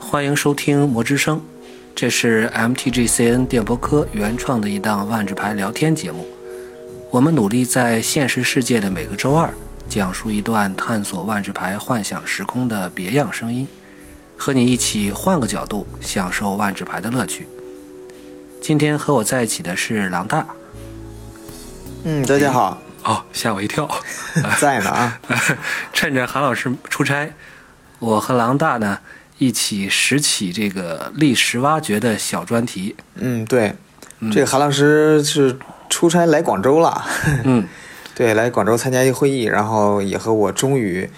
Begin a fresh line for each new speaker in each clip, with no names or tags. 欢迎收听《魔之声》，这是 MTGCN 电波科原创的一档万智牌聊天节目。我们努力在现实世界的每个周二，讲述一段探索万智牌幻想时空的别样声音，和你一起换个角度享受万智牌的乐趣。今天和我在一起的是狼大，
嗯，大家好，
哦，吓我一跳。
在呢啊，
趁着韩老师出差，我和狼大呢一起拾起这个历史挖掘的小专题。
嗯，对，这个韩老师是出差来广州了，
嗯，
对，来广州参加一个会议，然后也和我终于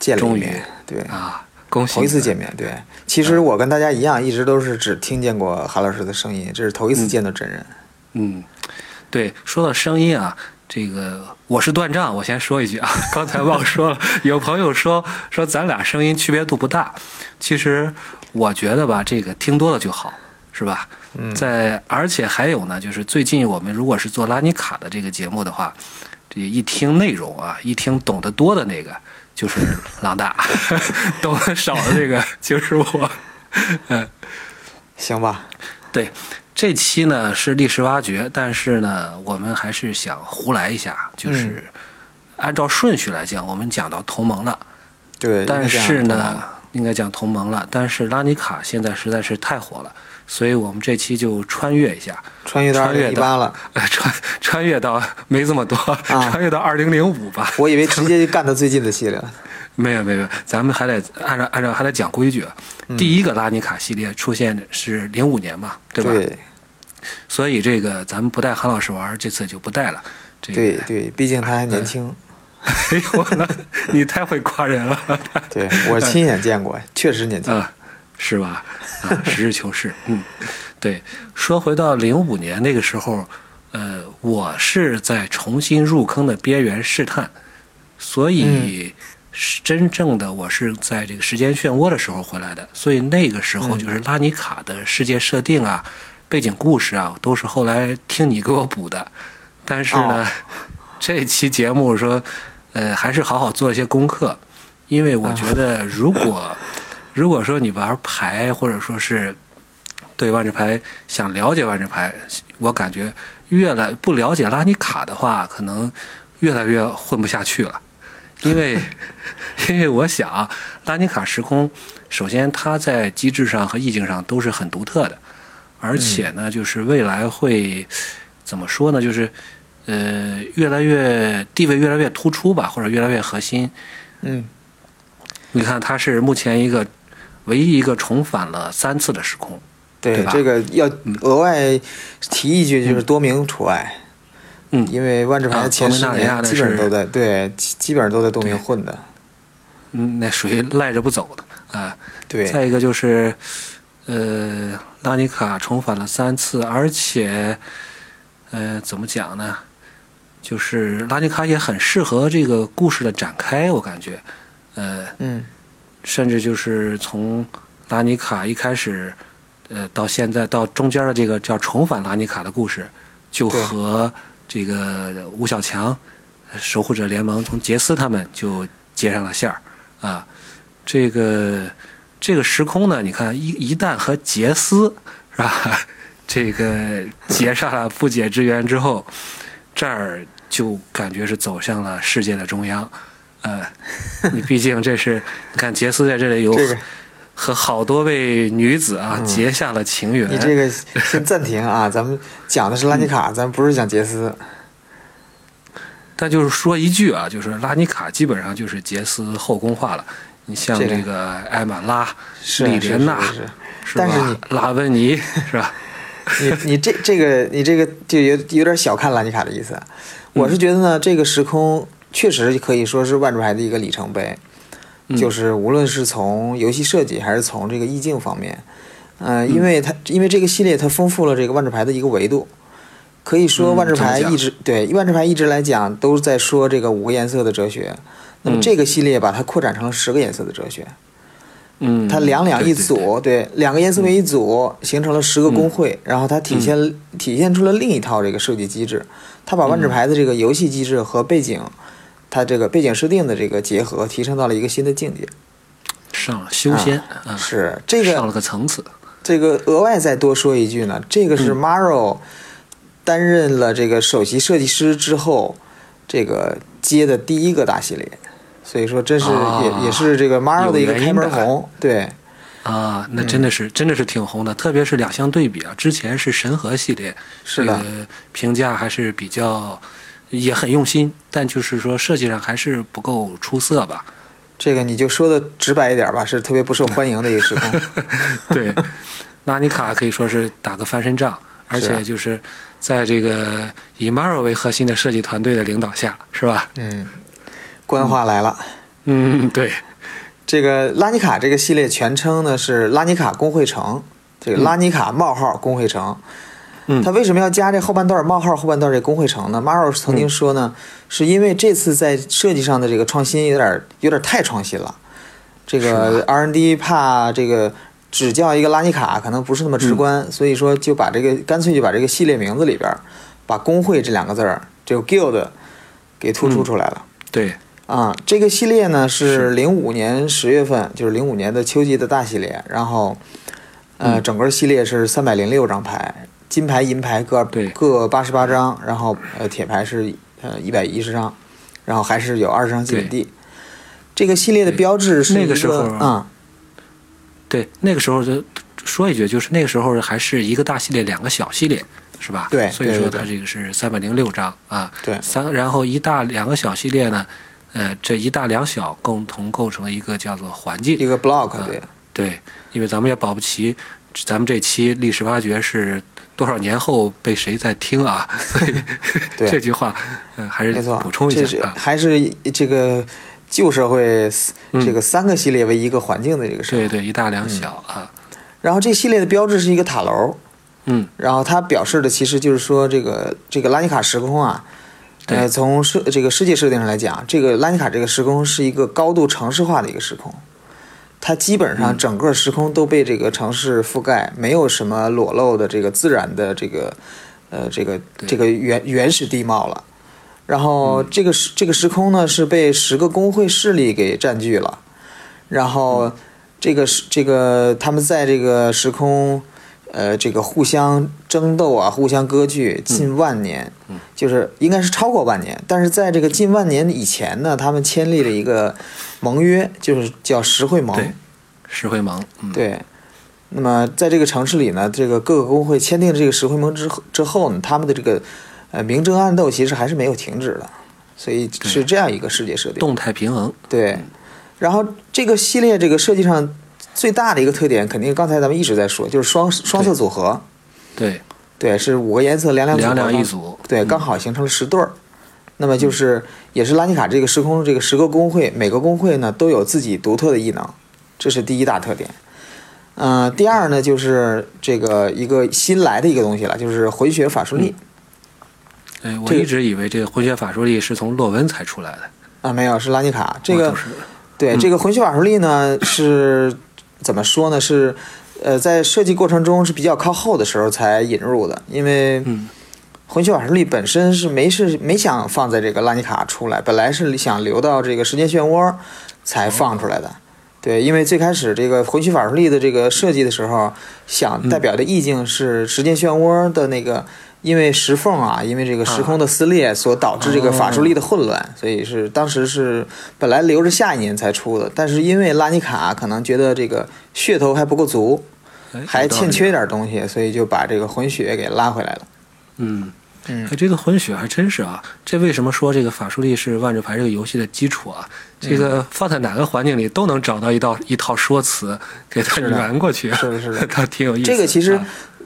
见了一
终于
面，对，
啊，恭喜
头一次
你们
见面，对，其
嗯
实我跟大家一样，一直都是只听见过韩老师的声音，这是头一次见到真人，
嗯，对，说到声音啊，这个我是断账，我先说一句啊， 刚才忘说了，有朋友说说咱俩声音区别度不大，其实我觉得吧，这个听多了就好，是吧？嗯，在而且还有呢，就是最近我们如果是做拉尼卡的这个节目的话，这一听内容啊，一听懂得多的那个就是狼大， 懂得少的这个就是我，嗯。
行吧？
对，这期呢是历史挖掘，但是呢，我们还是想胡来一下，
嗯
就是按照顺序来讲，我们讲到同盟了，
对，
但是
应该这样啊
呢，应该讲同盟了，但是拉尼卡现在实在是太火了，所以我们这期就穿越一下，
穿越到二
穿越
零一八
到
了，
呃穿穿越到没这么多，
啊
穿越到二零零五吧。
我以为直接就干到最近的系列了，
没有没有，咱们还得按照按照还得讲规矩。
嗯
第一个拉尼卡系列出现是零五年嘛， 对吧？
对
所以这个咱们不带韩老师玩儿，这次就不带了。这个，
对对，毕竟他还年轻，
哎呦我了，你太会夸人了。
对我亲眼见过，确实年轻，
啊，是吧？啊，实事求是， 嗯，对。说回到零五年那个时候，呃，我是在重新入坑的边缘试探，所以是真正的我是在这个时间漩涡的时候回来的，所以那个时候就是拉尼卡的世界设定啊、背景故事啊，都是后来听你给我补的。但是呢，这期节目说，呃，还是好好做一些功课，因为我觉得如果、如果说你玩牌，或者说是对万智牌想了解万智牌，我感觉越来不了解拉尼卡的话，可能越来越混不下去了。因为，因为我想，拉尼卡时空，首先它在机制上和意境上都是很独特的，而且呢，就是未来会怎么说呢？就是，呃，越来越地位越来越突出吧，或者越来越核心。
嗯，
你看，它是目前一个唯一一个重返了三次的时空。对
对，
吧
这个要额外提一句，就是多名除外。
嗯
因为万智
啊
牌前十
多明纳里亚
年
的
基本
是
上都在对，基基本上都在多名混的。
嗯，那属于赖着不走的啊、
对，嗯
再一个就是，呃，拉尼卡重返了三次，而且，呃，怎么讲呢？就是拉尼卡也很适合这个故事的展开，我感觉，呃，
嗯，
甚至就是从拉尼卡一开始，呃，到现在到中间的这个叫重返拉尼卡的故事，就
对
和这个吴小强、呃守护者联盟从杰斯他们就接上了线儿啊。这个这个时空呢，你看一一旦和杰斯是吧， 这个结上了不解之缘之后，这儿就感觉是走向了世界的中央。 呃，你毕竟这是，你看杰斯在这里有
这个嗯
和好多位女子啊结下了情缘。
你这个先暂停啊，咱们讲的是拉尼
嗯
卡，咱不是讲杰斯。
但就是说一句啊，就是拉尼卡基本上就是杰斯后宫化了。你像
这个
这个艾玛拉、
是
莉
是
莲娜，
是是
是吧
但是你
拉温尼是吧？
你你这这个你这个就有有点小看拉尼卡的意思。啊我
嗯
是觉得呢，这个时空确实可以说是万智牌的一个里程碑，
嗯
就是无论是从游戏设计还是从这个意境方面，呃，
嗯
因为它因为这个系列它丰富了这个万智牌的一个维度。可以说，
嗯
万智
怎么
牌
讲
一直、对万智牌一直来讲都在说这个五个颜色的哲学。那么这个系列把它扩展成了十个颜色的哲学。
嗯，
它两两一
对对嗯
组，对两个颜色为一组，形成了十个工会，然后它体现、体现出了另一套这个设计机制，它把万智牌的这个游戏机制和背景，它这个背景设定的这个结合，提升到了一个新的境界。
对上了修仙
啊
啊，
是这个
上了个层次。
这个额外再多说一句呢，这个是
嗯
Maro 担任了这个首席设计师之后，这个接的第一个大系列，所以说真是也、
啊
也是这个 Maro 的一个
有原
开
因
门
的
红。对，
啊，
嗯
那真的是、真的是挺红的，特别是两相对比啊，之前是神和系列，
是的
这个评价还是比较也很用心，但就是说设计上还是不够出色 吧。
这个你就说的直白一点吧，是特别不受欢迎的一个时空。
对，纳尼卡可以说是打个翻身仗，而
是啊
且就是在这个以 Maro 为核心的设计团队的领导下，是吧？
嗯，官话来了。
嗯，对，
这个拉尼卡这个系列全称呢是拉尼卡工会城，这个拉尼卡冒号工会城。
嗯
他为什么要加这后半段冒号后半段这工会城呢 m a r o 曾经说呢，是因为这次在设计上的这个创新有点有点太创新了，这个 R&D 怕这个只叫一个拉尼卡可能不是那么直观，所以说就把这个干脆就把这个系列名字里边儿把工会这两个字儿这个 guild 给突出出来了。
对，
啊，这个系列呢是零五年十月份，就是零五年的秋季的大系列，然后，
嗯
呃，整个系列是三百零六张牌，金牌、银牌各
对
各八十八张，然后呃铁牌是呃一百一十张，然后还是有二十张基本地。这个系列的
对
标志是
那
一
个时候
啊、
对，那个时候就说一句，就是那个时候还是一个大系列，两个小系列，是吧？
对
所以
对
说
对对
它这个是三百零六章啊。
对
三，然后一大两个小系列呢，呃，这一大两小共同构成了一个叫做环境。
一个 block
啊
对，
对，因为咱们也保不齐，咱们这期历史挖掘是多少年后被谁在听啊？ 所以
对
这句话，嗯、还是
没错
补，充
这
一
是
下啊。
还是这个旧社会
嗯
这个三个系列为一个环境的这个事儿。
对对，一大两小
嗯
啊，
然后这系列的标志是一个塔楼。
嗯，
然后它表示的其实就是说，这个这个拉尼卡时空啊，
对
呃，从设这个世界设定上来讲，这个拉尼卡这个时空是一个高度城市化的一个时空，它基本
嗯
上整个时空都被这个城市覆盖，没有什么裸露的这个自然的这个呃这个
对嗯
这个原原始地貌了。然后这个时、这个时空呢是被十个工会势力给占据了，然后这个时这个他们在这个时空，呃，这个互相争斗啊，互相割据近万年，就是应该是超过万年，但是在这个近万年以前呢，他们签立了一个盟约，就是叫石会盟，
对，石灰盟，嗯，
对，那么在这个城市里呢，这个各个工会签订这个石灰盟之后之后呢，他们的这个呃明争暗斗其实还是没有停止的，所以是这样一个世界设定。
动态平衡，
对，然后这个系列这个设计上最大的一个特点，肯定刚才咱们一直在说，就是双双色组合，
对，
对，是五个颜色两两组合
两
嘛
两一组，嗯
对，刚好形成了十对儿。那么就是也是拉尼卡这个时空这个十个工会，每个工会呢都有自己独特的异能，这是第一大特点。嗯，第二呢就是这个一个新来的一个东西了，就是回血法术力
嗯对我
这个
一直以为这个混血法术力是从洛温才出来的，
啊，没有是拉尼卡这
我
个
就。是
对，这个混血法术力呢是怎么说呢？是呃，在设计过程中是比较靠后的时候才引入的，因为
嗯
混血法术力本身是没是没想放在这个拉尼卡出来，本来是想留到这个时间漩涡才放出来的。对，因为最开始这个混血法术力的这个设计的时候，想代表的意境是时间漩涡的那个，因为石缝啊，
嗯
因为这个时空的撕裂所导致这个法术力的混
嗯
乱，所以是当时是本来留着下一年才出的，但是因为拉尼卡可能觉得这个噱头还不够足，
哎有
还
道
欠
理
缺点东西，所以就把这个混血给拉回来了。
嗯，
嗯
哎，这个混血还真是啊！这为什么说这个法术力是万智牌这个游戏的基础啊？这个
嗯
放在哪个环境里都能找到一道一套说辞给它
的
圆过去啊，
是的是的
倒挺有意思的
这
啊。
个其实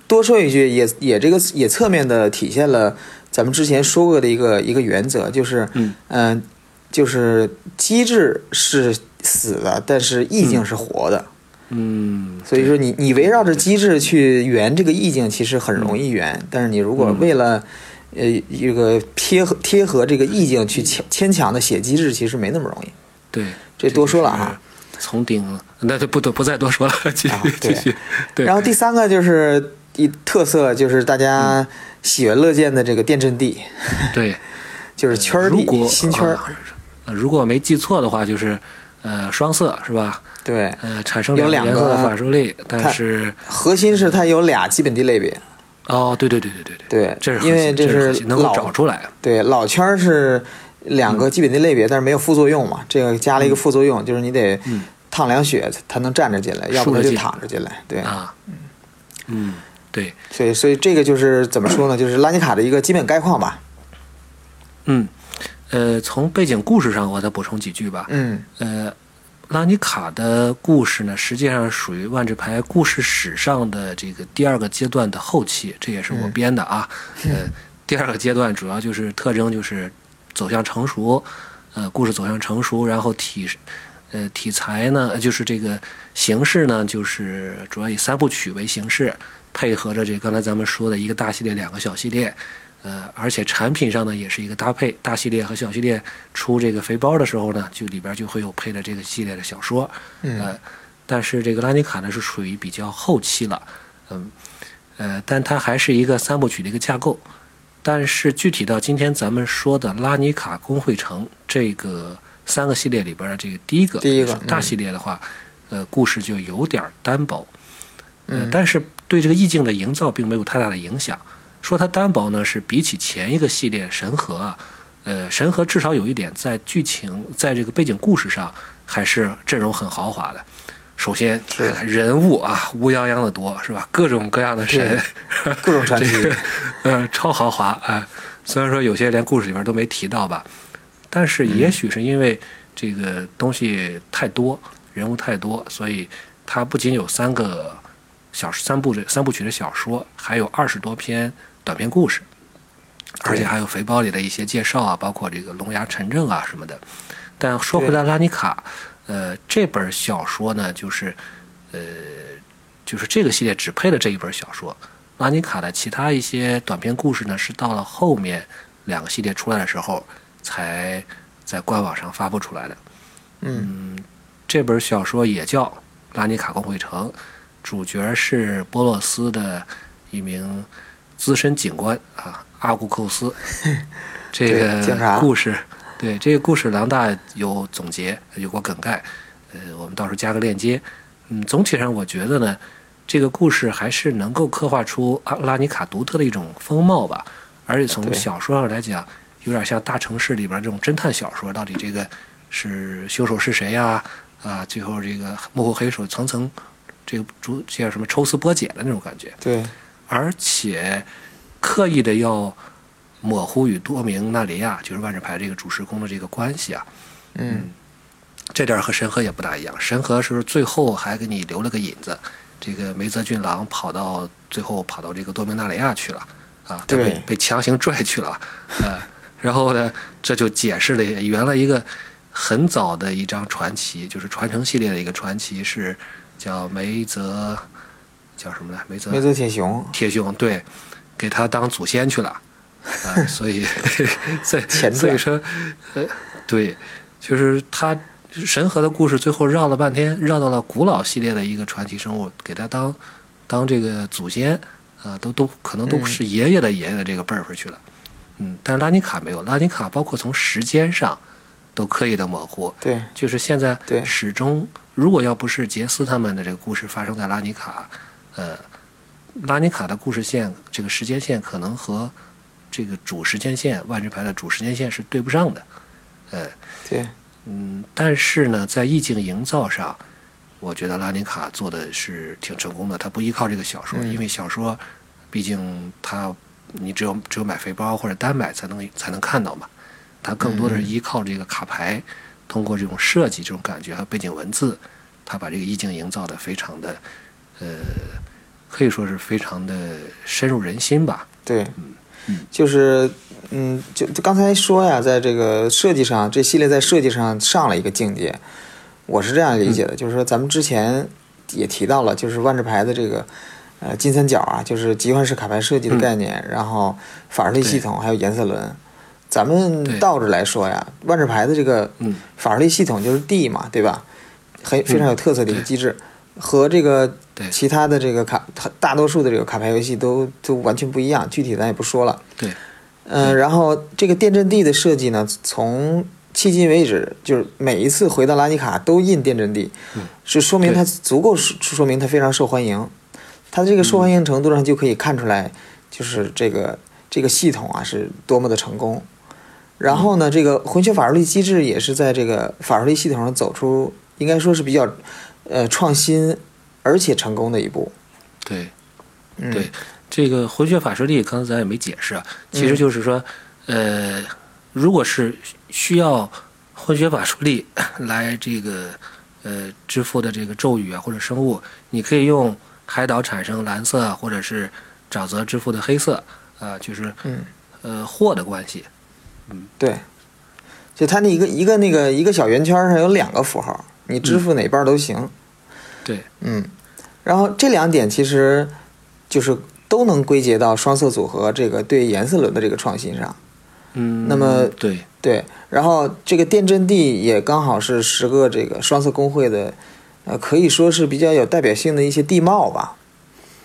多说一句，也也这个也侧面的体现了咱们之前说过的一个一个原则，就是
嗯
嗯、就是机制是死的，但是意境是活的。
嗯，
所以说你你围绕着机制去圆这个意境，其实很容易
嗯
圆。但是你如果为了呃一个贴合贴合这个意境
嗯
去牵牵强的写机制，其实没那么容易。
对，
这多说了啊。
从顶，那就不多不再多说了，继续、
啊对
继续。 对，
然后第三个就是一特色，就是大
嗯
家喜闻乐见的这个电阵地，
对，
就是圈儿
如
地
果啊
新圈儿。
啊如果没记错的话，就是呃双色是吧？
对，
呃，产生
有
两颜
两
色的
个
法术力，但
看
是
核心是它有俩基本地类别，
哦，对对对对对对，
对，
这是核
因为
心这核
是
心能够找
老
出来，
对老圈儿是两个基本地类别，但是没有副作用嘛，这个
嗯
加了一个副作用，就是你得烫凉血它能站着进来，要不
竖着
它就
进
躺着进来，对，
啊，嗯，对，
所以所以这个就是怎么说呢，就是拉尼卡的一个基本概况吧，
嗯，呃，从背景故事上我再补充几句吧。
嗯
呃，拉尼卡的故事呢，实际上属于万智牌故事史上的这个第二个阶段的后期，这也是我编的啊。呃，第二个阶段主要就是特征就是走向成熟，呃，故事走向成熟，然后体呃题材呢，呃就是这个形式呢，就是主要以三部曲为形式，配合着这刚才咱们说的一个大系列，两个小系列。呃，而且产品上呢也是一个搭配，大系列和小系列出这个肥包的时候呢，就里边就会有配的这个系列的小说。
嗯
呃，但是这个拉尼卡呢是属于比较后期了，嗯，呃，但它还是一个三部曲的一个架构。但是具体到今天咱们说的拉尼卡工会城这个三个系列里边的这个第一个
第一个
就是大
嗯
系列的话，呃，故事就有点儿单薄，呃，
嗯
但是对这个意境的营造并没有太大的影响。说它单薄呢，是比起前一个系列《神河》啊，呃，《神河》至少有一点在剧情、在这个背景故事上还是阵容很豪华的。首先
是
人物啊，乌泱泱的多是吧？各种各样的神，
各种传
这
奇
个，呃超豪华啊、呃虽然说有些连故事里边都没提到吧，但是
嗯
也许是因为这个东西太多，人物太多，所以它不仅有三个小三部这三部曲的小说，还有二十多篇短篇故事，而且还有肥包里的一些介绍啊，包括这个龙牙陈正啊什么的。但说回来，拉尼卡，呃，这本小说呢，就是呃，就是这个系列只配了这一本小说。拉尼卡的其他一些短篇故事呢，是到了后面两个系列出来的时候，才在官网上发布出来的。
嗯
这本小说也叫《拉尼卡公会城》，主角是波洛斯的一名资深警官啊，阿古寇斯。这
对警察
个故事，对这个故事，狼大有总结，有过梗概，呃，我们到时候加个链接。嗯，总体上我觉得呢，这个故事还是能够刻画出阿拉尼卡独特的一种风貌吧。而且从
对
小说上来讲，有点像大城市里边这种侦探小说，到底这个是凶手是谁呀、啊？最后这个幕后黑手层层这个逐叫什么抽丝剥茧的那种感觉。
对，
而且刻意的要模糊与多明纳里亚，就是万智牌这个主时空的这个关系啊，
嗯
这点儿和神河也不大一样。神河是最后还给你留了个引子，这个梅泽俊郎跑到最后跑到这个多明纳里亚去了啊，他
对
被被强行拽去了，呃， 然后呢，这就解释了原来一个很早的一张传奇，就是传承系列的一个传奇是叫梅泽叫什么来？梅泽
梅泽嗯铁雄
铁兄，对，给他当祖先去了， 啊、所以在
前传
所以说，呃，对，就是他神河的故事最后绕了半天，绕到了古老系列的一个传奇生物，给他当当这个祖先，啊、都都可能都
嗯
是爷爷的爷爷的这个辈儿去了，嗯，但是拉尼卡没有，拉尼卡包括从时间上都刻意的模糊，
对。
就是现在
对
始终，如果要不是杰斯他们的这个故事发生在拉尼卡，呃，拉尼卡的故事线这个时间线可能和这个主时间线万智牌的主时间线是对不上的，呃，
对，
嗯，但是呢，在意境营造上，我觉得拉尼卡做的是挺成功的。他不依靠这个小说，
嗯
因为小说，毕竟它你只有只有买肥包或者单买才能才能看到嘛。它更多的是依靠这个卡牌，通过这种设计、这种感觉和背景文字，他把这个意境营造的非常的，呃，可以说是非常的深入人心吧。
对，就是嗯，就就刚才说呀，在这个设计上，这系列在设计上上了一个境界。我是这样理解
嗯
的，就是说咱们之前也提到了，就是万智牌的这个呃金三角啊，就是集换式卡牌设计的
嗯
概念，然后法术力系统还有颜色轮。咱们
对
倒着来说呀，万智牌的这个
嗯
法术力系统就是 D 嘛，对吧？很非常有特色的一个机制，和这个
对
其他的这个卡大多数的这个卡牌游戏都都完全不一样，具体咱也不说了。
对，
嗯，然后这个电阵地的设计呢，从迄今为止，就是每一次回到拉尼卡都印电阵地，是说明它足够说说明它非常受欢迎。它这个受欢迎程度上就可以看出来，就是这个这个系统啊是多么的成功。然后呢，这个混血法术力机制也是在这个法术力系统上走出，应该说是比较呃创新而且成功的一步。
对
嗯
对，这个回血法师力，刚才咱也没解释啊，其
嗯
实就是说，呃，如果是需要混血法术力 来这个呃支付的这个咒语啊或者生物，你可以用海岛产生蓝色或者是沼泽支付的黑色啊、就是
嗯，
呃货的关系。
对，就它那一个一个那个一个小圆圈上有两个符号，你支
嗯
付哪半儿都行。
对，
嗯，然后这两点其实就是都能归结到双色组合这个对颜色轮的这个创新上。
嗯，
那么
对
对，然后这个电阵地也刚好是十个这个双色工会的，呃，可以说是比较有代表性的一些地貌吧，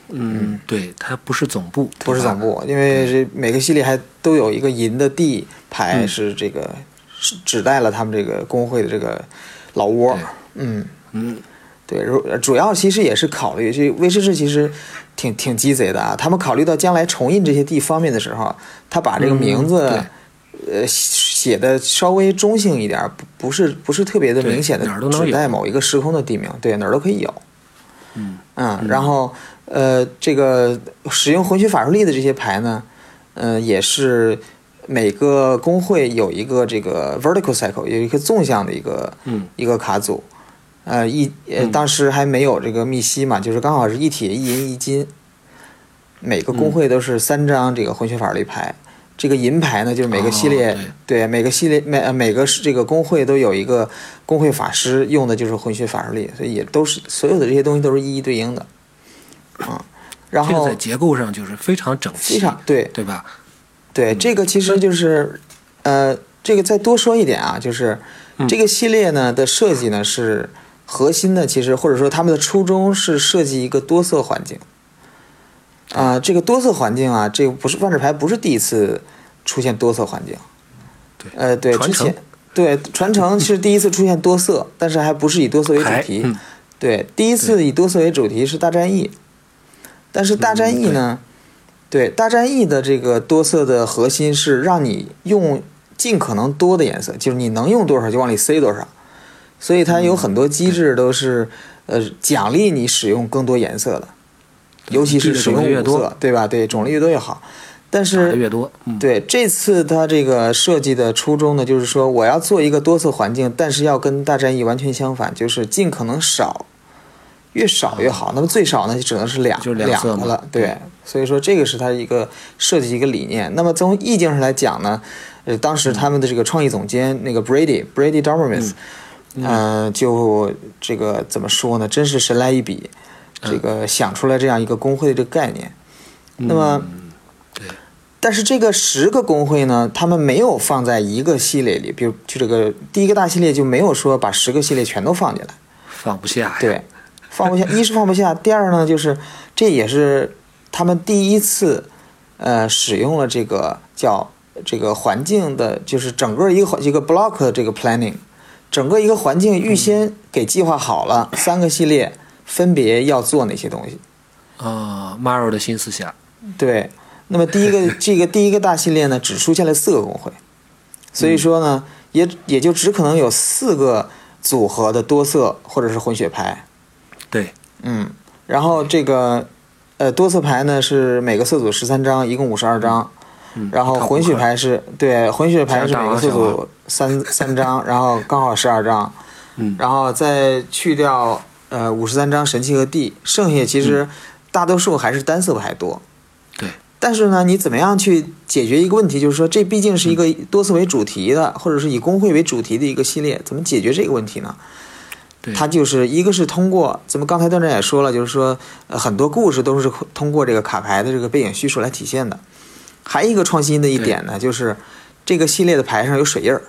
嗯，对，它不是总部，
不是
对吧
总部，因为这每个系列还都有一个银的地
嗯
牌是这个、是指代了他们这个工会的这个老窝
对，
嗯。
嗯，
对，如主要其实也是考虑，这威士忌其实挺挺鸡贼的啊。他们考虑到将来重印这些地方面的时候，啊他把这个名字、
嗯
呃写的稍微中性一点儿，不不是不是特别的
对
明显的
哪儿都能
指
有
代某一个时空的地名，对，哪儿都可以有。啊
嗯
然后呃，这个使用混血法术力的这些牌呢，嗯，也是每个工会有一个这个 vertical cycle，有一个纵向的一个
嗯
一个卡组。呃，一呃，当时还没有这个密西嘛，就是刚好是一铁一银一金，每个
嗯
工会都是三张这个混血法力牌。这个银牌呢，就是每个系列、
哦
对每个系列每呃每个是这个工会都有一个工会法师用的就是混血法术力，所以也都是所有的这些东西都是一一对应的啊。然
这个
后
在结构上就是非常整齐，
非常对
对吧？
对，
嗯
这个其实就是，呃，这个再多说一点啊，就是
嗯
这个系列呢的设计呢是核心的，其实或者说他们的初衷是设计一个多色环境。啊、这个多色环境啊，这个不是万智牌不是第一次出现多色环境。
对
呃，对，
传
之
承
前对传承是第一次出现多色，但是还不是以多色为主
牌
题。
嗯
对，第一次以多色为主题是大战役，但是大战役呢，
嗯
对大战役的这个多色的核心是让你用尽可能多的颜色，就是你能用多少就往里塞多少，所以它有很多机制都是、呃奖励你使用更多颜色的，尤其是使用
种类越
五色
多，
对吧？对，种类越多越好。但
打的
是
越多，嗯，
对，这次它这个设计的初衷呢，就是说我要做一个多色环境，但是要跟大战役完全相反，就是尽可能少，越少越好。那么最少呢，就只能是两
嗯就是两
两
色
个
嘛嗯
了。对，所以说这个是它一个设计一个理念。那么从意境上来讲呢，呃，当
嗯
时他们的这个创意总监那个 Brady Brady Dormerman，嗯、呃，就这个怎么说呢，真是神来一笔，
嗯
这个想出来这样一个工会的这个概念。那么。但是这个十个工会呢，他们没有放在一个系列里，比如就这个第一个大系列就没有说把十个系列全都放进来，
放不下呀，
对，放不下，一是放不下，第二呢就是这也是他们第一次，呃，使用了这个叫这个环境的，就是整个一个环一个 block 的这个 planning，整个一个环境预先给计划好了三个系列分别要做哪些东西，
啊 m a r o 的新思想，
对，那么第一个这个第一个大系列呢，只出现了四个工会，所以说呢，也也就只可能有四个组合的多色或者是混血牌，
对，
嗯，然后这个呃多色牌呢是每个色组十三张，一共五十二张，
嗯
然后混血牌是对混血牌是每个色
加大王小
组三三张，然后刚好十二张，
嗯
然后再去掉呃五十三张神器和地，剩下其实大多数还是单色牌多，
对，
但是呢，你怎么样去解决一个问题？就是说，这毕竟是一个多次为主题的，或者是以工会为主题的一个系列，怎么解决这个问题呢？
对，
它就是一个是通过，咱们刚才段长也说了，就是说，呃，很多故事都是通过这个卡牌的这个背景叙述来体现的。还有一个创新的一点呢，就是这个系列的牌上有水印儿，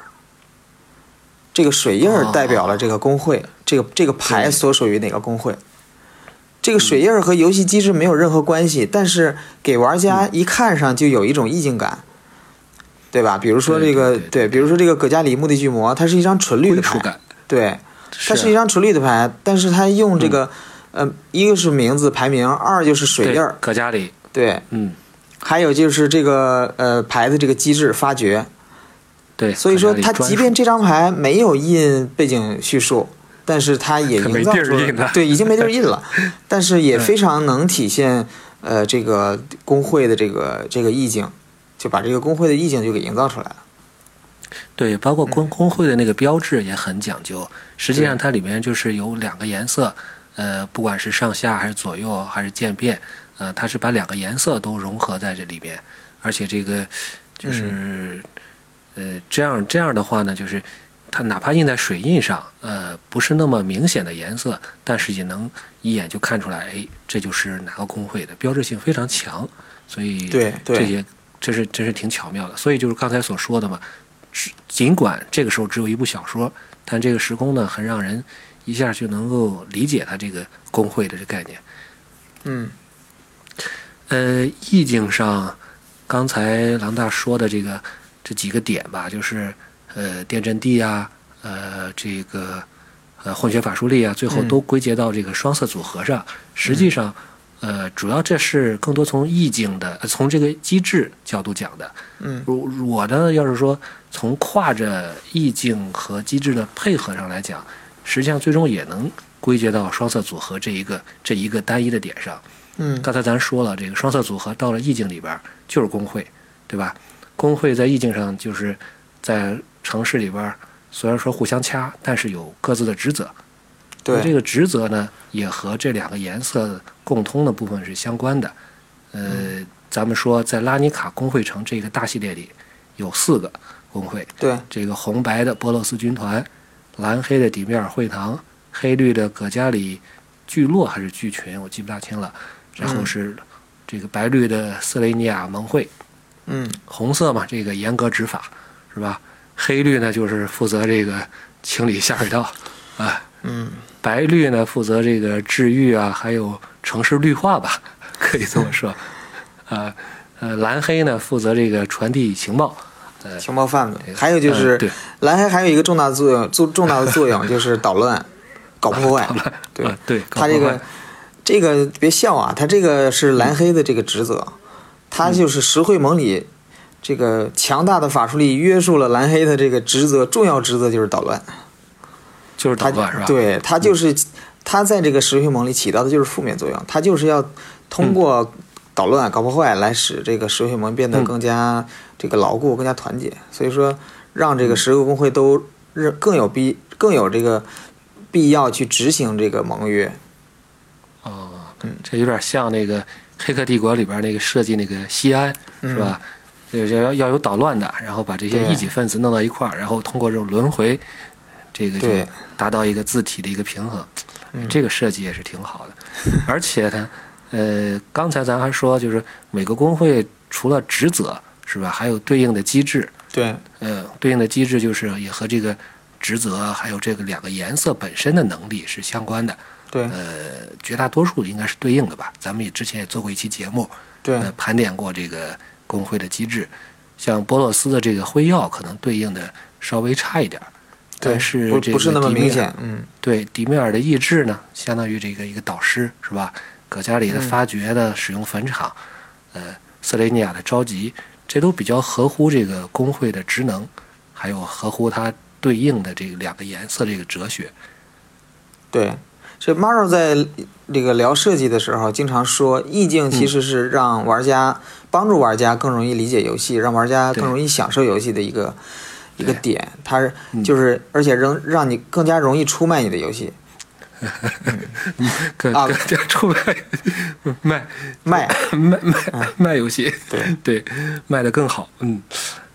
这个水印儿代表了这个工会，
哦
这个这个牌所属于哪个工会。这个水印儿和游戏机制没有任何关系，但是给玩家一看上就有一种意境感。对吧？比如说这个，
对对对
比如说这个葛加里墓地巨魔，它是一张纯绿
归
的
属
牌，
感，
对，
是
它
啊嗯
是一张纯绿的牌，但是它用这个，呃，一个是名字排名，二就是水印儿，
啊对，搁家里，
对，
嗯，
还有就是这个呃牌的这个机制发掘，
对，
所以说
搁家
它
里专
即便这张牌没有印背景叙述，但是它也
可没
营造
地儿
出
印了
对已经没地儿 印了，但是也非常能体现呃这个工会的这个这个意境，就把这个工会的意境就给营造出来了。
对，包括
嗯
工工会的那个标志也很讲究。实际上它里面就是有两个颜色，呃，不管是上下还是左右还是渐变，呃，它是把两个颜色都融合在这里面，而且这个
嗯
就是、呃这样这样的话呢，就是它哪怕印在水印上，呃，不是那么明显的颜色，但是也能一眼就看出来，哎，这就是哪个工会的，标志性非常强。所以
对对
这些这是真是挺巧妙的。所以就是刚才所说的嘛，是尽管这个时候只有一部小说，但这个时空呢，很让人一下就能够理解它这个工会的这概念。
嗯
呃，意境上，刚才郎大说的这个这几个点吧，就是呃电阵地啊，呃这个呃混血法术力啊，最后
嗯
都归结到这个双色组合上。实际上，呃，主要这是更多从意境的、呃从这个机制角度讲的。
嗯
如我呢，要是说从跨着意境和机制的配合上来讲，实际上最终也能归结到双色组合这一个这一个单一的点上。
嗯
刚才咱说了，这个双色组合到了意境里边儿就是工会，对吧？工会在意境上就是在城市里边儿，虽然说互相掐，但是有各自的职责。那这
对
个职责呢，也和这两个颜色共通的部分是相关的。呃，咱们说在拉尼卡工会城这个大系列里，有四个工会，
对
这个红白的波洛斯军团，蓝黑的底面尔会堂，黑绿的葛加里聚落还是聚群，我记不大清了。然后是这个白绿的斯雷尼亚盟会，
嗯
红色嘛，这个严格执法是吧？黑绿呢就是负责这个清理下水道啊，
嗯
白绿呢负责这个治愈啊，还有城市绿化吧， 可以这么说。 啊呃，蓝黑呢负责这个传递情报，呃，
情报贩子，还有就是
呃对
蓝黑还有一个重大 作用，重重大的作用就是捣乱，搞破坏，对
啊对，
他这
搞破
个
坏
这个别笑啊，他这个是蓝黑的这个职责，他就是石会盟里这个强大的法术力约束了蓝黑的这个职责，重要职责就是捣乱，
就是
他
捣乱是吧？
对他就是嗯他在这个石会盟里起到的就是负面作用，他就是要通过捣乱、搞破坏来使这个石会盟变得
嗯
更加这个牢固、更加团结，所以说让这个十个工会都认更有必更有这个必要去执行这个盟约，
哦，这有点像那个《黑客帝国》里边那个设计那个西安，是吧？就是要要有捣乱的，然后把这些
嗯对
异己分子弄到一块儿，然后通过这种轮回，这个就
对嗯
达到一个字体的一个平衡。这个设计也是挺好的，而且呢，呃，刚才咱还说，就是每个工会除了职责是吧，还有对应的机制，
对，
呃，对应的机制就是也和这个职责啊还有这个两个颜色本身的能力是相关的。
对
呃，绝大多数应该是对应的吧。咱们也之前也做过一期节目，
对
呃，盘点过这个工会的机制。像波洛斯的这个辉耀，可能对应的稍微差一点儿，
对，
但是
不
这
不是
个
那
迪
么
米
明
尔
显，嗯，
对迪米尔的意志呢，相当于这个一个导师是吧？葛加里的
嗯
发掘的使用坟场，呃，瑟雷尼亚的召集，这都比较合乎这个工会的职能，还有合乎它对应的这个两个颜色这个哲学。
对。这 Maro 在这个聊设计的时候，经常说意
嗯
境其实是让玩家、帮助玩家更容易理解游戏，让玩家更
对
容易享受游戏的一个一个
对嗯
点。它是就是，而且仍让你更加容易出卖你的游戏，
跟
啊
跟这出卖 卖
卖
卖卖卖游戏，
嗯 对
对，卖的更好。嗯，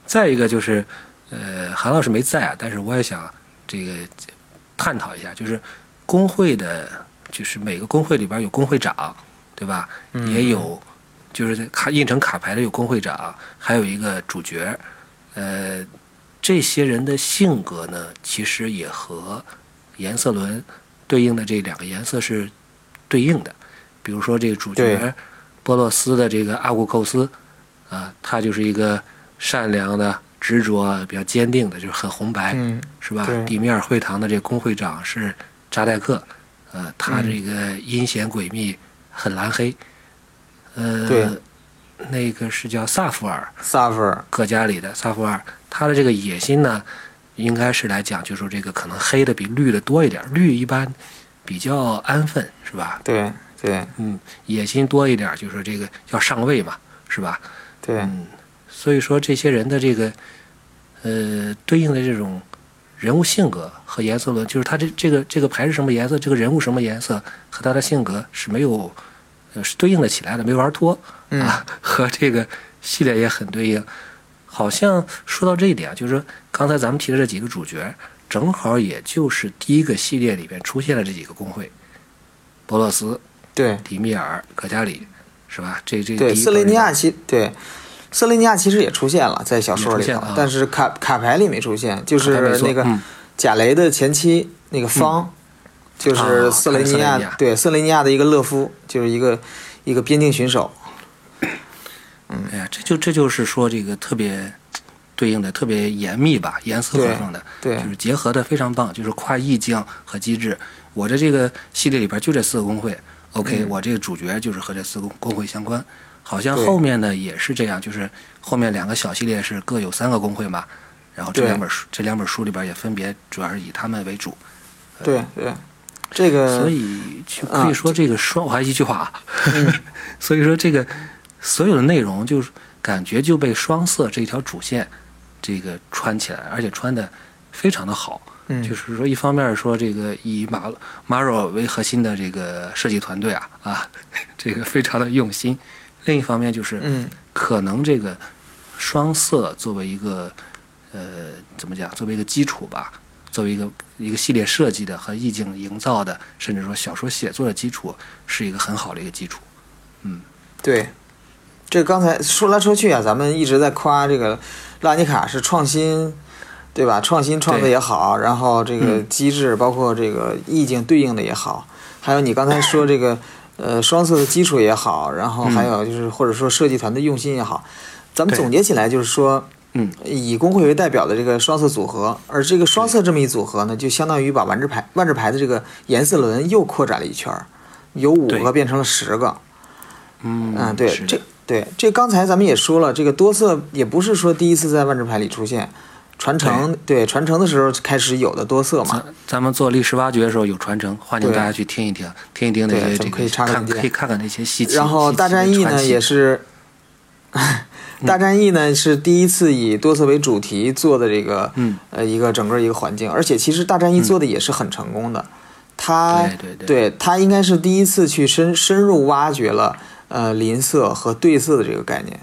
再一个就是，呃，韩老师没在啊，但是我也想这个探讨一下，就是工会的，就是每个工会里边有工会长，对吧？
嗯
也有就是在卡印成卡牌的有工会长，还有一个主角，呃，这些人的性格呢，其实也和颜色轮对应的这两个颜色是对应的。比如说这个主
对
角波洛斯的这个阿古寇斯，啊、他就是一个善良的、执着、比较坚定的，就是很红白，
嗯
是吧
对？
地面会堂的这工会长是扎代克，呃，他这个阴险诡秘，很蓝黑，
对
呃，那个是叫萨福尔，
萨弗尔，
各家里的萨福尔，他的这个野心呢，应该是来讲，就是说这个可能黑的比绿的多一点，绿一般比较安分，是吧？
对对
嗯，野心多一点，就是说这个要上位嘛，是吧？
对
嗯，所以说这些人的这个呃对应的这种人物性格和颜色论，就是他这这个这个牌是什么颜色，这个人物什么颜色和他的性格是没有呃是对应的起来的，没玩脱
嗯
啊， 和这个系列也很对应。好像说到这一点，就是说刚才咱们提的这几个主角，正好也就是第一个系列里边出现了这几个工会，博洛斯、
对
迪米尔、葛加里，是吧？这这
对，
第一
瑟
波
雷尼
人
亚其对。瑟雷尼亚其实也出现了，在小说
也
里
出现
头
了啊，
但是卡卡牌里没出现，就是
卡牌没做
那个
嗯
贾雷的前妻那个方，就
啊
是瑟雷
他是
尼
瑟雷
亚
尼亚
对瑟雷尼亚的一个勒夫，就是一个一个边境巡守，
哎呀，这就这就是说这个特别对应的特别严密吧，严丝合缝的，
对对
就是结合的非常棒，就是跨意境和机制。我的这个系列里边就这四个工会，OK，、我这个主角就是和这四个工会相关。好像
嗯对
后面呢也是这样，就是后面两个小系列是各有三个工会嘛，然后这
对
两本书这两本书里边也分别主要是以他们为主，
对对，这个
所以就
啊嗯
可以说这个双，我还一句话啊， 所以说这个所有的内容就是感觉就被双色这条主线这个穿起来，而且穿的非常的好。
嗯
就是说，一方面说这个以马马若为核心的这个设计团队啊啊， 这个非常的用心；另一方面就是，
嗯
可能这个双色作为一个呃怎么讲，作为一个基础吧，作为一个一个系列设计的和意境营造的，甚至说小说写作的基础，是一个很好的一个基础。
对，这刚才说来说去啊，咱们一直在夸这个拉尼卡是创新，对吧？创新创的也好，然后这
嗯
个机制包括这个意境对应的也好，还有你刚才说这个呃双色的基础也好，然后还有就是或者说设计团队用心也好，咱们
嗯对
总结起来就是说。
嗯，
以工会为代表的这个双色组合，而这个双色这么一组合呢，就相当于把万智牌万智牌的这个颜色轮又扩展了一圈儿，由五
对
个变成了十个。
嗯
嗯，对
是，的
这对这刚才咱们也说了，这个多色也不是说第一次在万智牌里出现，传承对传承的时候开始有的多色嘛，
咱咱们做历史挖掘的时候有传承，欢迎
对
大家去听一听，听一听那
对
些
咱
这
们可
个
以插个
看
链接
可以看看那些戏剧。
然后大战役呢也
是
是，
嗯
大战役呢是第一次以多色为主题做的这个，
嗯
呃，一个整个一个环境，而且其实大战役做的也是很成功的，他
对对对
他应该是第一次去深深入挖掘了呃邻色和对色的这个概念，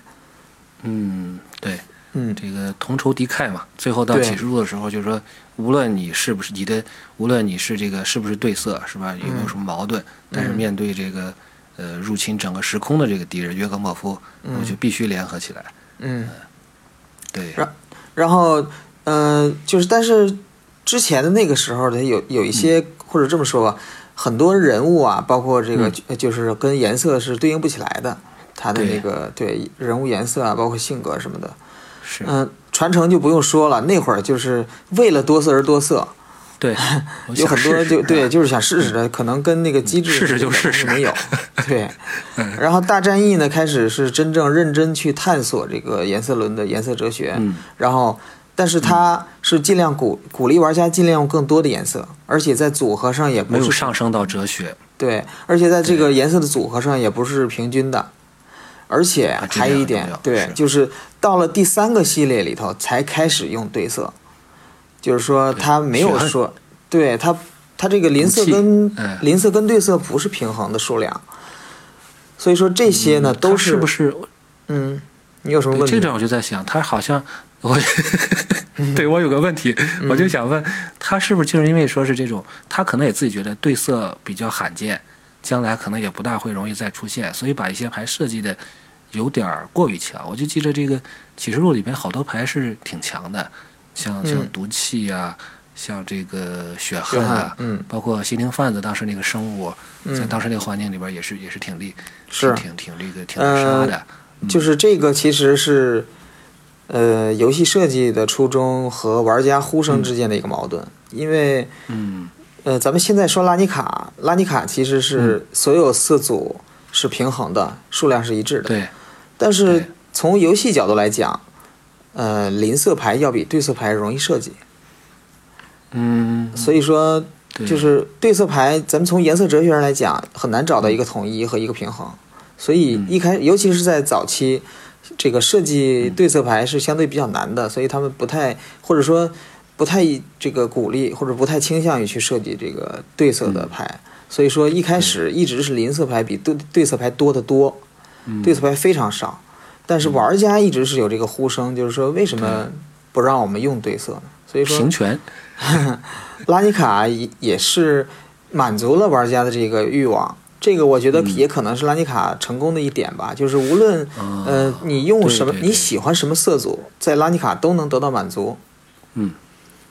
嗯对。
嗯，
这个同仇敌忾嘛。最后到
对
启示录的时候，就是说，无论你是不是你的，无论你是这个是不是对色，是吧？有没有什么矛
嗯
盾？但是面对这个呃入侵整个时空的这个敌人约格莫夫，我就必须联合起来。
嗯。
对，
然然后，嗯、就是但是之前的那个时候，它有有一
嗯
些、或者这么说吧，很多人物啊，包括这个、
嗯
就就是跟颜色是对应不起来的，他的
对
那个对人物颜色啊，包括性格什么的，
是，
嗯、传承就不用说了，那会儿就是为了多色而多色。
对，我
有
想
很多
试试
就对，
啊
就是想试试的，可能跟那个机制
试试就试嗯试
没有。对，然后大战役呢，开始是真正认真去探索这个颜色轮的颜色哲学，
嗯
然后，但是它是尽量鼓鼓励玩家尽量用更多的颜色，而且在组合上也
没
不
有
是
上升到哲学，
对，而且在这个颜色的组合上也不是平均的，而且
啊这
还有一
点
点
很重要，
对
是，
就是到了第三个系列里头才开始用对色，就是说它没有
血恨
说，对它它这个邻色
武器
跟
嗯
邻色跟对色不是平衡的数量，所以说这些呢都
它是不
是
是
嗯，你有什么
对
问
这
题？
点我就在想，他好像我， 对我有个问题，我
嗯
就想问他是不是就是因为说是这种，他可能也自己觉得对色比较罕见，将来可能也不大会容易再出现，所以把一些牌设计的有点儿过于强。我就记得这个启示录里面好多牌是挺强的，像像
嗯
毒气啊，像这个血
约
恨
翰
啊，，
嗯，
包括心灵贩子当时那个生物，在
嗯
当时那个环境里边也是也是挺厉，
是呃
嗯挺挺这个挺能杀的，
就是这个其实是呃，游戏设计的初衷和玩家呼声之间的一个矛盾，因为，
嗯
呃，咱们现在说拉尼卡，拉尼卡其实
嗯
是所有色组是平衡的，数量是一致的。
对，
但
对
是从游戏角度来讲，呃，邻色牌要比对色牌容易设计，
嗯，
所以说
对
就是对色牌，咱们从颜色哲学上来讲，很难找到一个统一和一个平衡。所以一开，尤其是在早期，这个设计对色牌是相对比较难的，所以他们不太或者说不太这个鼓励或者不太倾向于去设计这个对色的牌。所以说一开始一直是邻色牌比对对色牌多得多，对色牌非常少。但是玩家一直是有这个呼声，就是说为什么不让我们用对色呢？所以说
平权，
拉尼卡也也是满足了玩家的这个欲望。这个我觉
嗯
得也可能是拉尼卡成功的一点吧，就是无论、
啊
呃你用什么
对对对
你喜欢什么色组，在拉尼卡都能得到满足。
嗯，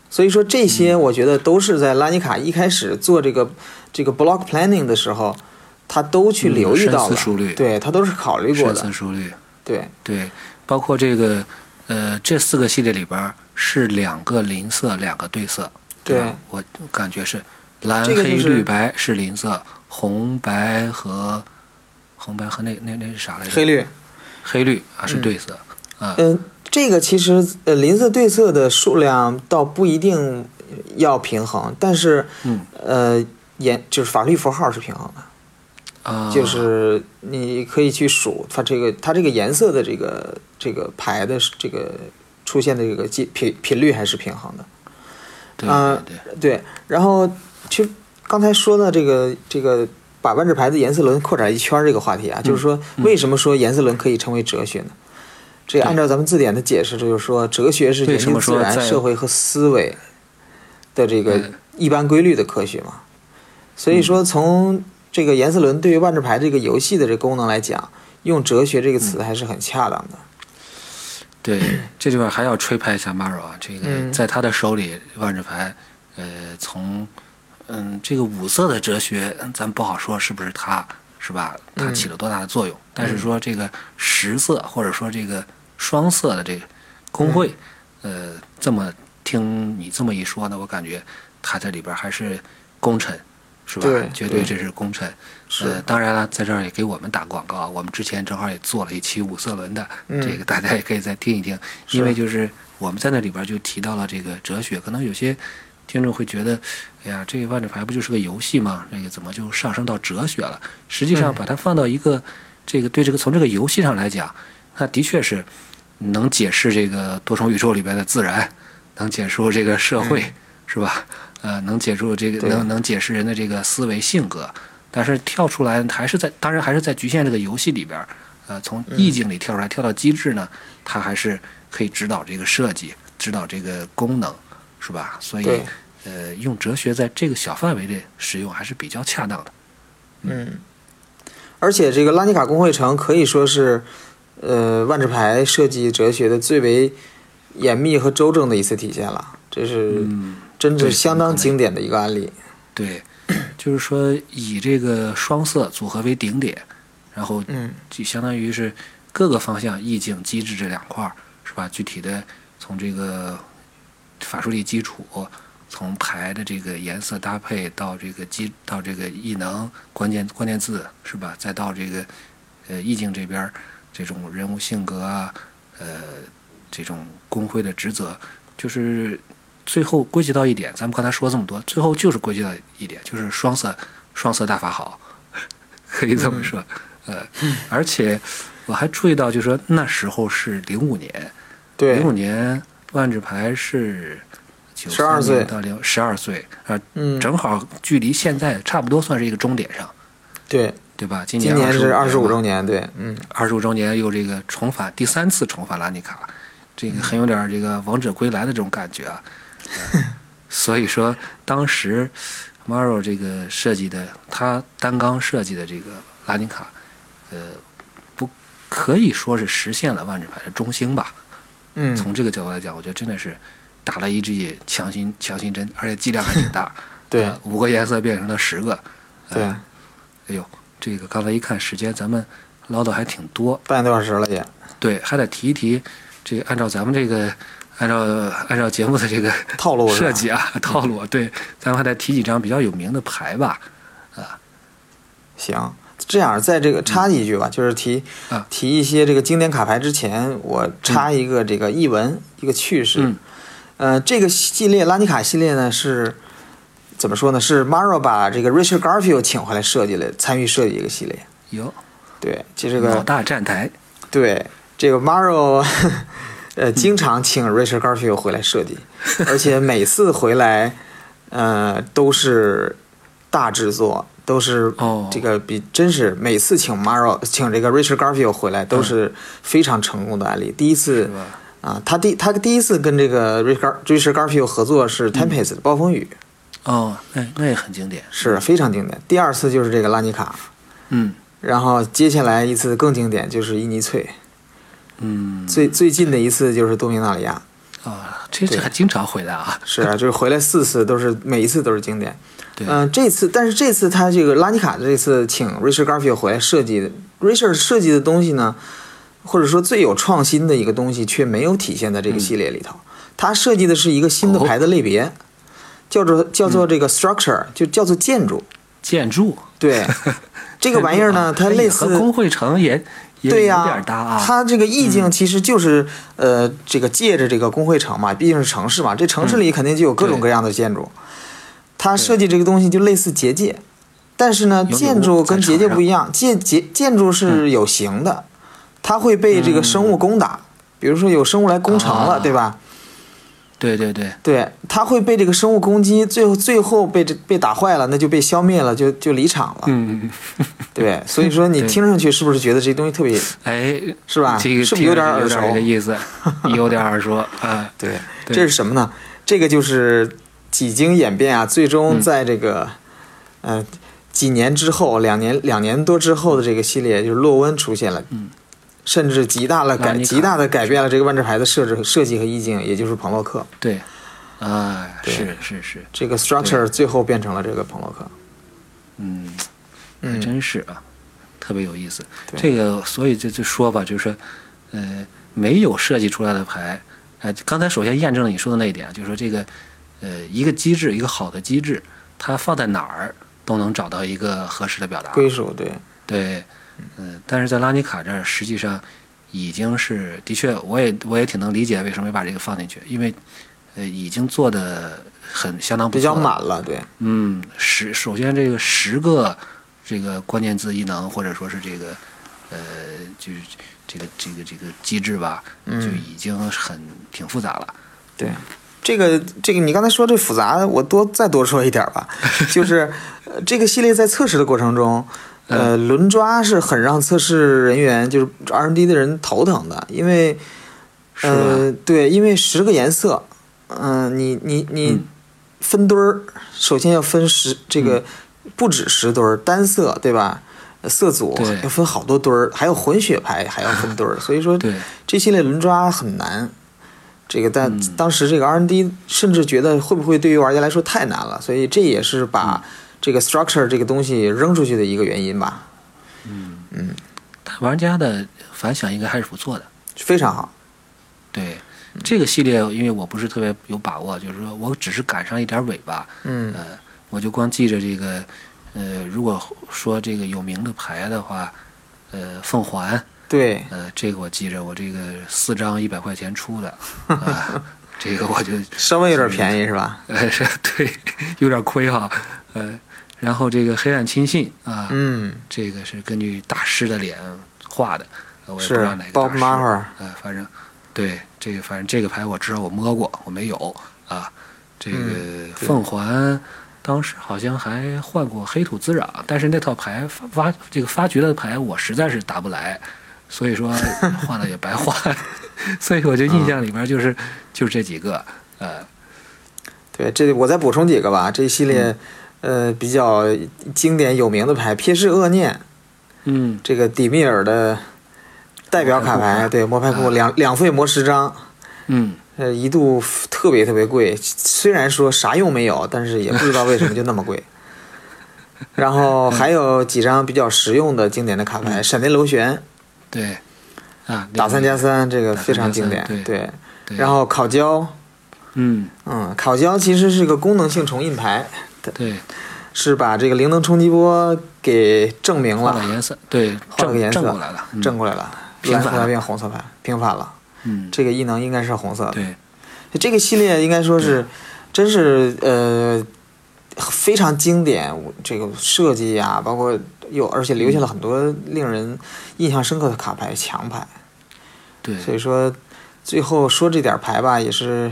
所以说这些我觉得都是在拉尼卡一开始做这个这个 block planning 的时候，他都去留意到
嗯深思
了，
熟虑
对他都是考虑过
深
的
思，熟虑，
对
对，包括这个呃这四个系列里边儿是两个邻色，两个对色，
对
吧我感觉是蓝、
这个就
黑、
是
绿、白是邻色，红白和红白和那那那是啥来着？
黑绿。
黑绿啊是对色、啊，
嗯，这个其实呃，邻色对色的数量倒不一定要平衡，但是，
嗯
呃，严就是法律符号是平衡的，
啊，
就是你可以去数它这个它这个颜色的这个这个牌的这个出现的这个频频频率还是平衡的。
对
呃
对对，
对，然后其实刚才说到这个这个把万智牌的颜色轮扩展一圈儿这个话题啊，
嗯
就是说为什么说颜色轮可以称为哲学呢？这个按照咱们字典的解释，这就是说哲学是研
为什
究
么
自
说
然、
在
社会和思维的这个
嗯
一般规律的科学嘛。所以说，从这个颜色轮对于万智牌这个游戏的这功能来讲，用哲学这个
嗯
词还是很恰当的。
对， 这地方还要吹拍一下 Maro 啊，这个
嗯
在他的手里，万智牌，呃，从嗯这个五色的哲学，咱不好说是不是他，是吧？
嗯
他起了多大的作用？但是说这个十色或者说这个双色的这个工会，
嗯
呃，这么听你这么一说呢，我感觉他这里边还是功臣。是吧？
对
绝对这是功臣。
是
呃，当然了，在这儿也给我们打广告啊。我们之前正好也做了一期五色轮的，
嗯
这个大家也可以再听一听，因为就是我们在那里边就提到了这个哲学，可能有些听众会觉得，哎呀，这个万智牌不就是个游戏吗？这个怎么就上升到哲学了？实际
嗯
上，把它放到一个、这个对这个从这个游戏上来讲，那的确是能解释这个多重宇宙里边的自然，能解释这个社会，是吧？呃，能解释这个
嗯对
能能解释人的这个思维性格，但是跳出来还是在，当然还是在局限这个游戏里边儿，呃，从
嗯
意境里跳出来，跳到机制呢，它还是可以指导这个设计，指导这个功能，是吧？所以
对，
呃，用哲学在这个小范围内使用还是比较恰当的。
嗯，而且这个拉尼卡工会城可以说是，呃，万智牌设计哲学的最为严密和周正的一次体现了，这是真是
对
相当经典的一个案例。
对， 就是说以这个双色组合为顶点，然后
嗯，
就相当于是各个方向意境、机制这两块儿，是吧？具体的从这个法术力基础，从牌的这个颜色搭配到这个机到这个异能关键关键字，是吧？再到这个呃意境这边儿这种人物性格啊，呃这种工会的职责，就是最后归结到一点，咱们刚才说这么多，最后就是归结到一点，就是双色双色大法好， 可以
嗯
这么说。呃，而且我还注意到，就是说那时候是零五年，
对
零，五年万智牌是九
12岁
到零十二岁啊，
嗯，
正好距离现在差不多算是一个终点上，
对，
对吧？今
今
年
年是二十五
25
周年，对，嗯，
二十五周年又这个重返第三次重返拉尼卡，这个很有点儿这个王者归来的这种感觉 啊。呃所以说，当时 Maro 这个设计的，他单缸设计的这个拉尼卡，呃，不可以说是实现了万智牌的中兴吧。
嗯，
从这个角度来讲，我觉得真的是打了一剂强心强心针，而且剂量还挺大。
对
呃，五个颜色变成了十个。
对，
哎呦，这个刚才一看时间，咱们唠叨还挺多。
半个多小时了也，
对，还得提一提，这个按照咱们这个按照按照节目的这 个
套路是吧
设计啊套路，对，咱们还得提几张比较有名的牌吧。
行，这样在这个插一句吧，就是提
啊
提一些这个经典卡牌之前，我插一个这个译文、一个趣事。
嗯
呃，这个系列拉尼卡系列呢是怎么说呢？是 Maro 把这个 Richard Garfield 请回来设计了，参与设计一个系列。
有
对，这这
老
个
大站台，
对这个 Maro，呃，经常请 Richard Garfield 回来设 计，而且每次回来，呃，都是大制作，都是
哦
这个比真是每次请 Maro 请这个 Richard Garfield 回来都是非常成功的案例。第一次
嗯吧
啊，他第他第一次跟这个 Richard Richard Garfield 合作是
嗯
Tempest 的暴风雨，
哦，那那也很经典。
是非常经典。第二次就是这个拉尼卡，
嗯
然后接下来一次更经典就是伊尼翠。
嗯
最最近的一次就是多米纳里亚，
啊，这这
对
还经常回来啊。
是啊，就是回来四次都是每一次都是经典。
对
嗯、这次但是这次他这个拉尼卡这次请 Richard Garfield 回来设计的，Richard 设计的东西呢，或者说最有创新的一个东西，却没有体现在这个系列里头。他设计的是一个新的
嗯哦嗯
牌的类别，叫做叫做这个 structure，、就叫做建筑。
建筑
对，这个玩意儿呢，它
哎
类
也
似
和工会城也也
对呀、
有点搭啊。
它这个意境其实就是、呃，这个借着这个工会城嘛，毕竟是城市嘛，这城
嗯
市里肯定就有各种各样的建筑。它设计这个东西就类似结界，但是呢，
有礼物
建筑跟
在场
结界不
上嗯
一样，结结建筑是有形的，它会被这个生物攻打，比如说有生物来攻城了，
啊
对吧？
对对对，
对，它会被这个生物攻击，最后最后被这被打坏了，那就被消灭了，就就离场了，
嗯，
对。所以 说你听上去是不是觉得这东西特别
哎，
是吧
这个
是不是有点
这个
耳熟
这个意 思，有点耳熟啊。
对，
对
这是什么呢？这个就是几经演变啊，最
嗯
终在这个、呃几年之后，两年两年多之后的这个系列，就是洛温出现了，嗯、甚至极大了
拉
改
尼卡
极大的改变了这个万智牌的设置设计和意境，也就是彭洛克。
对，啊，是是是，
这个 structure 最后变成了这个彭洛克。
嗯，还
嗯，
真是啊，特别有意思。
对
这个，所以就就说吧，就是说，呃，没有设计出来的牌，呃，刚才首先验证了你说的那一点，啊就是说这个，呃，一个机制，一个好的机制，它放在哪儿都能找到一个合适的表达。
归属对，
对，嗯、但是在拉尼卡这儿，实际上已经是的确，我也我也挺能理解为什么没把这个放进去，因为呃已经做的很相当不
比
错
较
了
满了，对，
嗯，十首先这个十个这个关键字异能，或者说是这个呃，就是这个这个这个机制吧，
嗯
就已经很挺复杂了。
对，这个这个你刚才说这复杂，我多再多说一点吧，就是呃这个系列在测试的过程中。呃，轮抓是很让测试人员，就是 R&D 的人头疼的，因为，
是吧
呃，对，因为十个颜色，嗯、你你你
嗯
分堆儿，首先要分十这个不止十堆儿，单色对吧？呃色组
对
要分好多堆儿，还有混血牌还要分堆儿，所以说
对，
这系列轮抓很难。这个但
嗯
当时这个 R&D 甚至觉得会不会对于玩家来说太难了，所以这也是
嗯
把这个 structure 这个东西扔出去的一个原因吧，
但玩家的反响应该还是不错的。
非常好。
对，这个系列因为我不是特别有把握，就是说我只是赶上一点尾巴，
嗯
呃，我就光记着这个，呃，如果说这个有名的牌的话，呃，凤凰，
对，
呃，这个我记着，我这个四张一百块钱出的，啊、这个我就
稍微有点便宜是吧？
呃是对，有点亏哈，呃，然后这个黑暗亲信啊，
嗯，
这个是根据大师的脸画的，呃我也不
是
知道哪个大
Bob
师。
Maher，
呃，反正对这个，反正这个牌我知道我摸过，我没有啊。这
嗯
个凤凰当时好像还换过黑土滋壤，但是那套牌发发这个发掘的牌我实在是打不来，所以 说换了也白换， 所以我就印象里边
嗯
就是、就是这几个，呃，
对，这我再补充几个吧。这一系列，呃，比较经典有名的牌，撇视恶念，
嗯，
这个底密尔的代表卡
摩拍库
牌，
啊
对，魔牌库嗯两两费魔十张，
嗯，
呃，一度 f- 特别特别贵，虽然说啥用没有，但是也不知道为什么就那么 贵。然嗯后还有几张比较实用的经典的卡牌，闪电螺旋，
对，啊，
嗯打三加三这个非常经典
打三加，三
对。
对
然后烤胶，
嗯，
嗯，烤胶其实是个功能性重印牌，
对，
是把这个灵能冲击波给证明
换了
了，
颜色，对，
换了个
正
颜色
正过来了，嗯
正过来了，
平
蓝
反
色
了
变红色牌，平反了。
嗯，
这个异能应该是红色的。
对，
这个系列应该说是，真是呃非常经典，我这个设计呀、包括又而且留下了很多令人印象深刻的卡牌强牌，
对，
所以说最后说这点儿牌吧，也是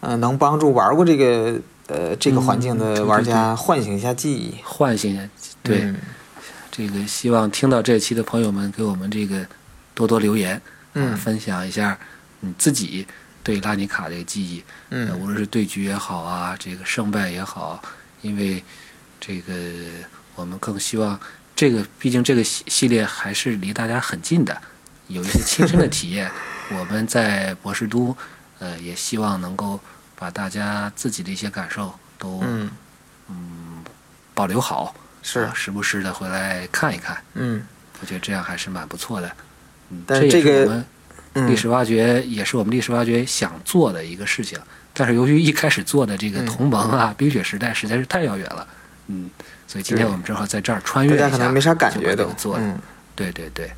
呃能帮助玩过这个呃这个环境
嗯对
的
对
玩家唤醒一下记忆。
唤醒一下，对，
嗯
这个希望听到这期的朋友们给我们这个多多留言，啊
嗯
分享一下你自己对拉尼卡这个记忆，呃
嗯
无论是对局也好啊，这个胜败也好，因为这个我们更希望这个，毕竟这个系系列还是离大家很近的，有一些亲身的体 验。我们在博士都，呃，也希望能够把大家自己的一些感受都
嗯，
保留好，
是
啊时不时的回来看一看。
嗯
我觉得这样还是蛮不错的。嗯，
但
这
这
也是我
个
们历
嗯
史挖掘，也是我们历史挖掘想做的一个事情。但是由于一开始做的这个
嗯
同盟啊、冰雪时代实在是太遥远了，嗯，所以今天
对
我们正好在这儿穿越
大
一下，
家可能没啥感
就把
觉
这
都
个做了
嗯。
对对对，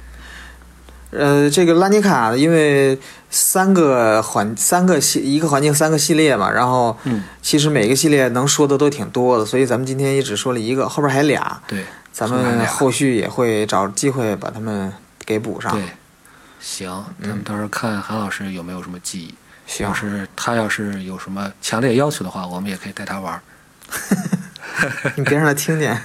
呃，这个拉尼卡因为三个环三个系一个环境三个系列嘛，然后
嗯，
其实每个系列能说的都挺多的，所以咱们今天也只说了一个，后边还俩，
对
咱
后边
们
俩
后续也会找机会把他们给补上
对。，行，咱们到时候看韩老师有没有什么记忆。
嗯行
要，是他要是有什么强烈要求的话，我们也可以带他 玩儿。
你别让他 听见。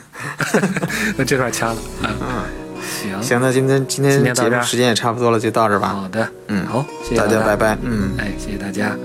那这段掐了，嗯，
嗯，
行，
行，那今天
今
今天
天到
节
这
目
儿
时间也差不多了，就到这儿吧。
好的，
嗯
好，谢谢
大家拜拜。嗯。
哎，谢谢大家，